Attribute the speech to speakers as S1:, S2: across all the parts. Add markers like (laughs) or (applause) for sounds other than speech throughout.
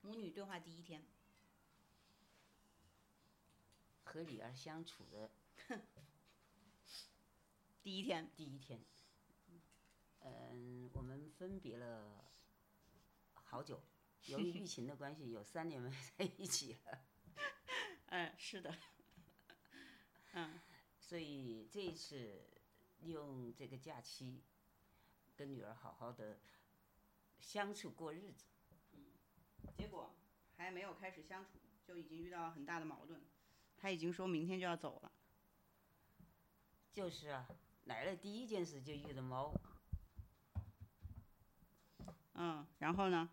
S1: 母女对话第一天，
S2: 和女儿相处的
S1: 第一天，
S2: 第一天，嗯，我们分别了好久，由于疫情的关系，有三年没在一起了。
S1: 嗯，是 (laughs) 的，嗯，
S2: 所以这一次利用这个假期，跟女儿好好的相处过日子。
S1: 结果还没有开始相处，就已经遇到了很大的矛盾。他已经说明天就要走了，
S2: 就是啊，来了第一件事就遇到猫，
S1: 嗯，然后呢，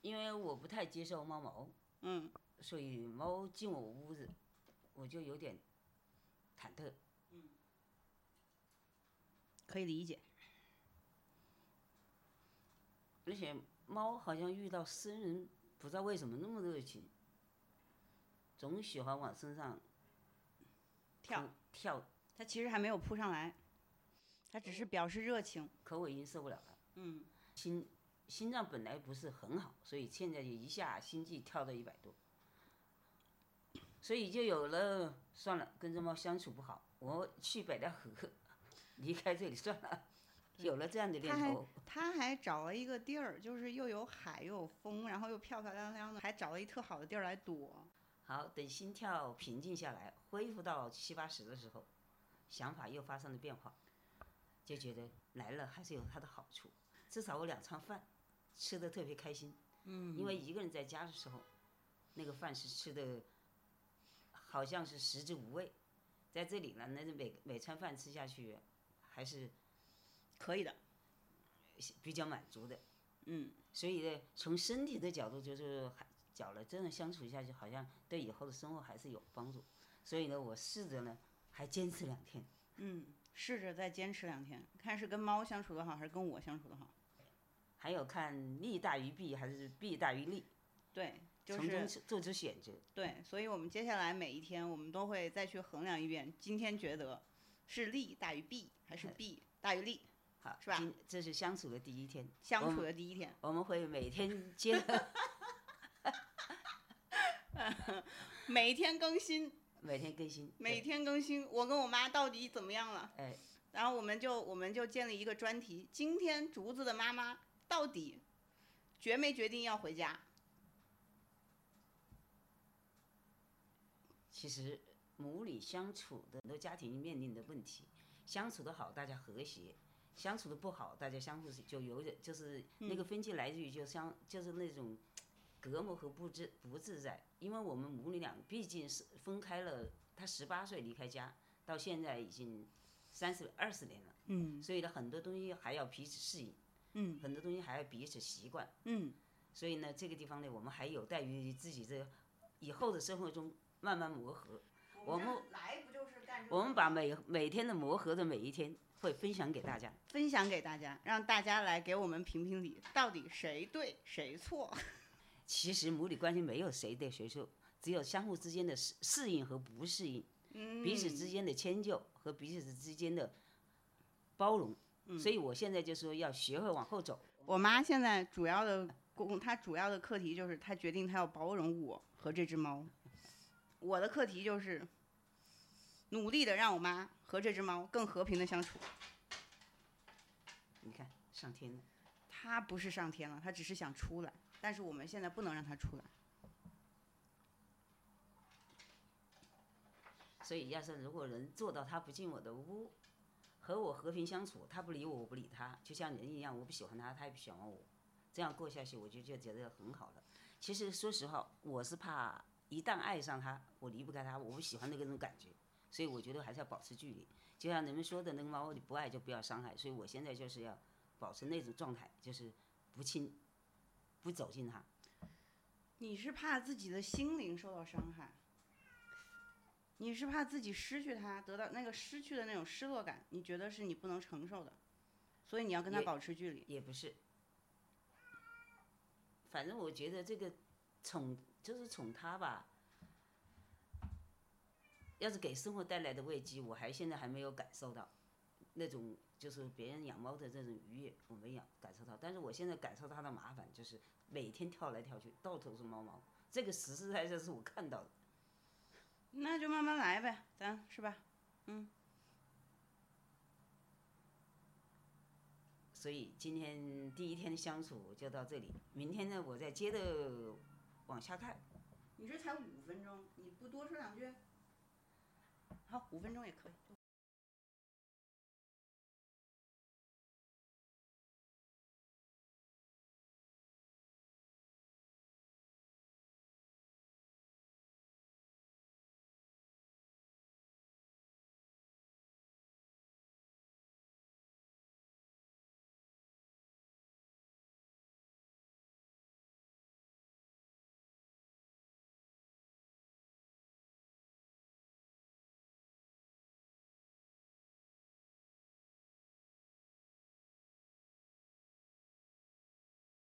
S2: 因为我不太接受猫毛，
S1: 嗯
S2: 所以猫进我屋子，我就有点忐忑。
S1: 嗯，可以理解，
S2: 而且猫好像遇到生人，不知道为什么那么热情，总喜欢往身上
S1: 跳，
S2: 跳，
S1: 他其实还没有扑上来，他只是表示热情，
S2: 可我已经受不了了。
S1: 嗯，
S2: 心心脏本来不是很好，所以现在一下心悸跳到一百多，所以就有了算了，跟这猫相处不好，我去北戴河， (laughs) 离开这里算了，有了这样的念
S1: 他还
S2: 头，
S1: 他还找了一个地儿，就是又有海又有风，然后又漂漂亮亮的，还找了一特好的地儿来躲。
S2: 好，等心跳平静下来，恢复到七八十的时候，想法又发生了变化，就觉得来了还是有它的好处，至少我两餐饭吃的特别开心。嗯，因为一个人在家的时候，那个饭是吃的，好像是食之无味，在这里呢，那就每每餐饭吃下去，还是
S1: 可以的，
S2: 比较满足的。
S1: 嗯，
S2: 所以呢，从身体的角度就是还讲了，真的相处下去，好像对以后的生活还是有帮助。所以呢，我试着呢，还坚持两天。
S1: 嗯，试着再坚持两天，看是跟猫相处的好，还是跟我相处的好。
S2: 还有看利大于弊还是弊大于利，
S1: 对，就
S2: 从中
S1: 是
S2: 做出选择。
S1: 对，所以我们接下来每一天，我们都会再去衡量一遍，今天觉得是利大于弊，还是弊大于利？
S2: 好，
S1: 是吧
S2: 今这是相处的第一天，
S1: 相
S2: 嗯
S1: 处的第一天，
S2: 我们会每天接着 (laughs)
S1: 每天更新，
S2: 每天更新。
S1: 每
S2: 对
S1: 天更新，我跟我妈到底怎么样了？
S2: 哎，
S1: 然后我们就我们就建立一个专题，今天竹子的妈妈到底决没决定要回家？
S2: 其实母女相处的很多家庭面临的问题，相处的好大家和谐，相处的不好大家相互就有点就是那个分歧来自于就相、就是那种隔膜和不自不自在，因为我们母女俩毕竟是分开了，她十八岁离开家到现在已经三十二十年了，
S1: 嗯
S2: 所以呢很多东西还要彼此适应，
S1: 嗯
S2: 很多东西还要彼此习惯。
S1: 嗯，
S2: 所以呢，这个地方呢，我们还有待于自己这以后的生活中慢慢磨合。我们
S1: 来不就是干
S2: 我们把每每天的磨合的每一天会分享给大家。
S1: 分享给大家，让大家来给我们评评理，到底谁对谁错？
S2: 其实母女关系没有谁对谁错，只有相互之间的适适应和不适应，
S1: 嗯
S2: 彼此之间的迁就和彼此之间的包容。
S1: 嗯
S2: 所以我现在就说要学会往后走。
S1: 我妈现在主要的工，她主要的课题就是她决定她要包容我和这只猫。我的课题就是努力的让我妈和这只猫更和平的相处。
S2: 你看，上天了，
S1: 她不是上天了，她只是想出来，但是我们现在不能让她出来。
S2: 所以要是如果人做到他不进我的屋，和我和平相处，他不理我，我不理他，就像人一样，我不喜欢他，他也不喜欢我，这样过下去，我就就觉得很好了。其实说实话，我是怕一旦爱上他，我离不开他，我不喜欢那个那种感觉，所以我觉得还是要保持距离。就像人们说的那个猫，你不爱就不要伤害，所以我现在就是要保持那种状态，就是不亲，不走近他。
S1: 你是怕自己的心灵受到伤害，你是怕自己失去它，得到那个失去的那种失落感，你觉得是你不能承受的，所以你要跟它
S2: 也
S1: 保持距离。
S2: 也不是，反正我觉得这个宠就是宠他吧。要是给生活带来的慰藉，我还现在还没有感受到。那种就是别人养猫的这种愉悦，我没养感受到。但是我现在感受它的麻烦，就是每天跳来跳去，到处是猫毛，这个实实在在是我看到的。
S1: 那就慢慢来呗，咱是吧？
S2: 所以今天第一天的相处就到这里，明天呢，我再接着往下看。
S1: 你这才五分钟，你不多说两句？好，五分钟也可以。